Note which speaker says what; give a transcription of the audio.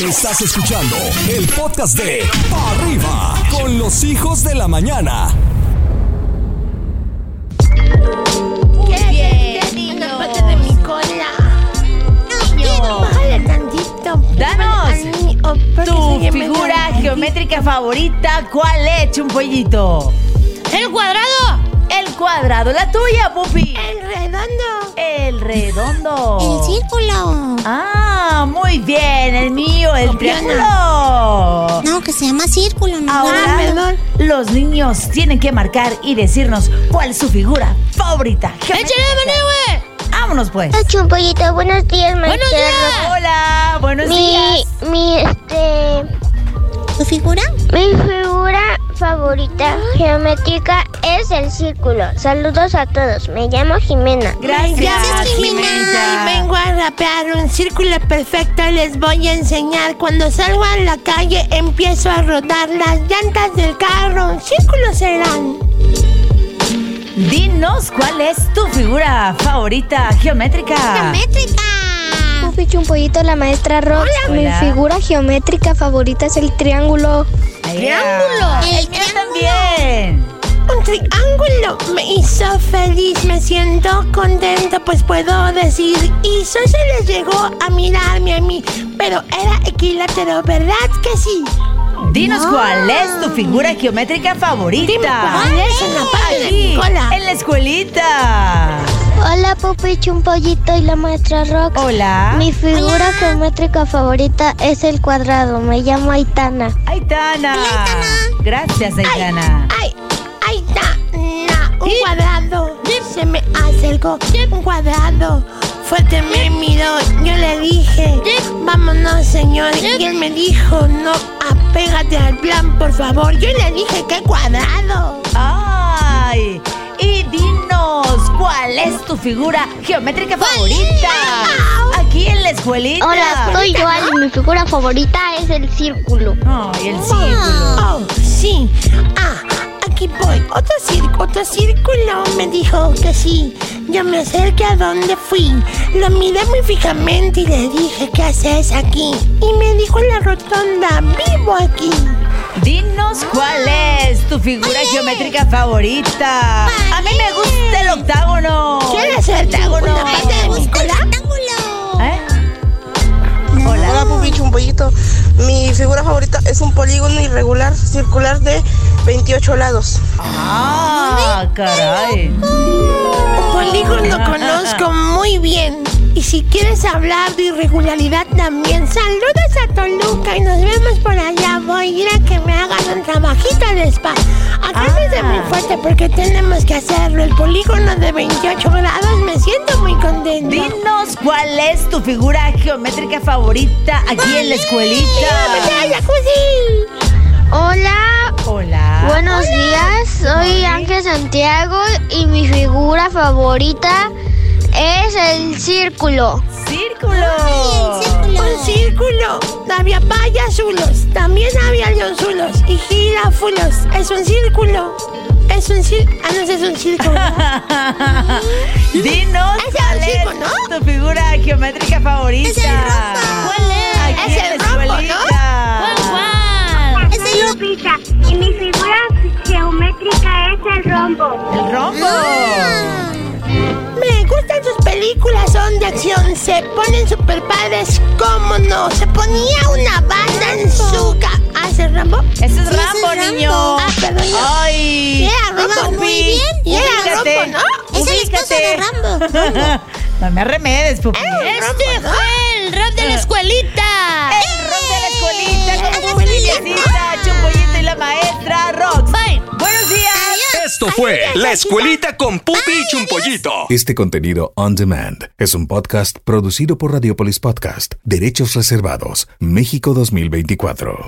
Speaker 1: Estás escuchando el podcast de Pa' Arriba con los hijos de la mañana.
Speaker 2: Qué bien,
Speaker 3: Qué
Speaker 2: lindo.
Speaker 3: lindo. parte de mi cola. Niño. Bájale tantito.
Speaker 2: Danos
Speaker 3: A mí, o porque
Speaker 2: Tu
Speaker 3: soy bien
Speaker 2: figura
Speaker 3: medio-
Speaker 2: geométrica favorita, ¿cuál es, chumpollito?
Speaker 3: El cuadrado.
Speaker 2: El cuadrado, la tuya, pupi.
Speaker 3: El redondo.
Speaker 2: El redondo.
Speaker 4: círculo.
Speaker 2: Ah, muy bien, el mío, el
Speaker 3: Copiona. Ah,
Speaker 2: triángulo.
Speaker 4: No, que se llama círculo, no.
Speaker 2: Ahora,
Speaker 3: perdón.
Speaker 2: los niños tienen que marcar y decirnos cuál es su figura favorita.
Speaker 3: ¡Échale
Speaker 2: geométrica.
Speaker 3: maní, güey!
Speaker 2: Vámonos, pues.
Speaker 5: Chumpollito, buenos días,
Speaker 3: ¡Buenos
Speaker 5: Maestro.
Speaker 3: días!
Speaker 2: Hola, buenos
Speaker 5: Mi,
Speaker 2: días.
Speaker 5: mi, este,
Speaker 4: ¿Tu figura?
Speaker 5: mi figura favorita geométrica es el círculo. Saludos a todos. Me llamo Jimena.
Speaker 2: Gracias,
Speaker 4: Gracias, Jimena.
Speaker 2: Ah.
Speaker 3: Y vengo a rapear un círculo perfecto. Les voy a enseñar. Cuando salgo a la calle, empiezo a rodar las llantas del carro. Círculos serán.
Speaker 2: Dinos cuál es tu figura favorita geométrica.
Speaker 4: Geométrica.
Speaker 5: Pupi Chumpollito, la maestra Rox.
Speaker 2: Hola. Mi Hola. figura
Speaker 5: geométrica favorita es el triángulo.
Speaker 2: Ahí
Speaker 3: Triángulo.
Speaker 2: va.
Speaker 4: El
Speaker 2: mío
Speaker 4: triángulo.
Speaker 2: también.
Speaker 3: Un triángulo me hizo feliz, me siento contenta, pues puedo decir. Y eso se les llegó a mirarme a mí, pero era equilátero, ¿verdad que sí?
Speaker 2: Dinos cuál es tu figura geométrica favorita.
Speaker 3: Dime cuál es en la parte de mi
Speaker 2: Aquí,
Speaker 3: cola.
Speaker 2: en la escuelita.
Speaker 5: Hola, Pupi Chumpollito y la maestra Rox.
Speaker 2: Hola.
Speaker 5: Mi figura geométrica favorita es el cuadrado. Me llamo Aitana.
Speaker 2: Aitana. Gracias, Aitana.
Speaker 3: Ay, ay, na, na, un cuadrado. Se me acercó un cuadrado. Fuerte me miró, yo le dije, vámonos señor. Y él me dijo, no, apégate al plan, por favor. Yo le dije, ¿qué cuadrado?
Speaker 2: Ay. Y dinos cuál es tu figura geométrica
Speaker 3: Pues
Speaker 2: favorita. Aquí en la escuelita.
Speaker 5: Joan mi figura favorita es el círculo.
Speaker 2: Ay, el círculo.
Speaker 3: Oh, sí. Ah, aquí voy. Otro círculo, otro círculo me dijo que sí. Yo me acerqué a donde fui. Lo miré muy fijamente y le dije, ¿qué haces aquí? Y me dijo en la rotonda, vivo aquí.
Speaker 2: Dinos cuál es tu figura geométrica favorita. A mí me gusta el octágono.
Speaker 3: ¿Quieres el
Speaker 2: octágono?
Speaker 3: una
Speaker 4: Este
Speaker 3: parte de mi cola?
Speaker 4: Rectángulo.
Speaker 2: ¿Eh? Hola.
Speaker 6: Hola, Pupi Chumpollito. Mi figura favorita es un polígono irregular circular de 28 lados.
Speaker 2: Ah, caray.
Speaker 3: Un polígono Pues, conozco muy bien. Y si quieres hablar de irregularidad también, saludos a Toluca y nos vemos por allá. Voy a ir a que me hagan un trabajito de spa. Acá
Speaker 2: Ah.
Speaker 3: no está muy fuerte porque tenemos que hacerlo. El polígono de 28 grados, me siento muy contenta.
Speaker 2: Dinos cuál es tu figura geométrica favorita aquí en la escuelita.
Speaker 3: ¡Ay, Pues, jacuzzi!
Speaker 5: Hola,
Speaker 2: Hola.
Speaker 5: buenos días. Soy Ángel Santiago y mi figura favorita es el círculo.
Speaker 2: Círculo.
Speaker 3: Un círculo. Había payasulos. También había leonzulos y girafulos. Es un círculo. Es un círculo. Ah, no, ese es un círculo.
Speaker 2: Dinos
Speaker 3: Ese
Speaker 2: cuál
Speaker 3: es el
Speaker 2: es tu figura geométrica favorita. ¿Cuál es? Aquí
Speaker 3: Es
Speaker 2: en
Speaker 3: el
Speaker 2: la
Speaker 3: rombo, ¿no?
Speaker 2: escuelita.
Speaker 4: Es el
Speaker 7: Lupita, y mi figura geométrica es el rombo.
Speaker 2: El rombo.
Speaker 3: Ah. Me gustan sus películas, son de acción, se ponen super padres, cómo no. Se ponía una banda en su ca... Ah, ¿es el Rambo?
Speaker 2: Ese es
Speaker 4: ese
Speaker 2: Rambo,
Speaker 4: es Rambo.
Speaker 2: niño.
Speaker 3: Ah, perdón.
Speaker 2: Ay.
Speaker 3: Era Rambo,
Speaker 2: Pupi,
Speaker 3: muy bien. Era
Speaker 2: ubícate,
Speaker 3: Rambo, ¿no?
Speaker 4: Es el esposo
Speaker 2: ubícate.
Speaker 4: de Rambo.
Speaker 2: no me arremedes, Pupi. Ah.
Speaker 3: Este
Speaker 4: el rap de la escuelita.
Speaker 2: El rock de la escuelita
Speaker 4: ¡Eh!
Speaker 2: con Pupi Lucita, Chumpollito y la maestra Rox. Buenos días.
Speaker 1: Esto fue La Escuelita con Pupi y Chumpollito.
Speaker 8: Este contenido on demand es un podcast producido por Radiopolis Podcast, Derechos Reservados, México 2024.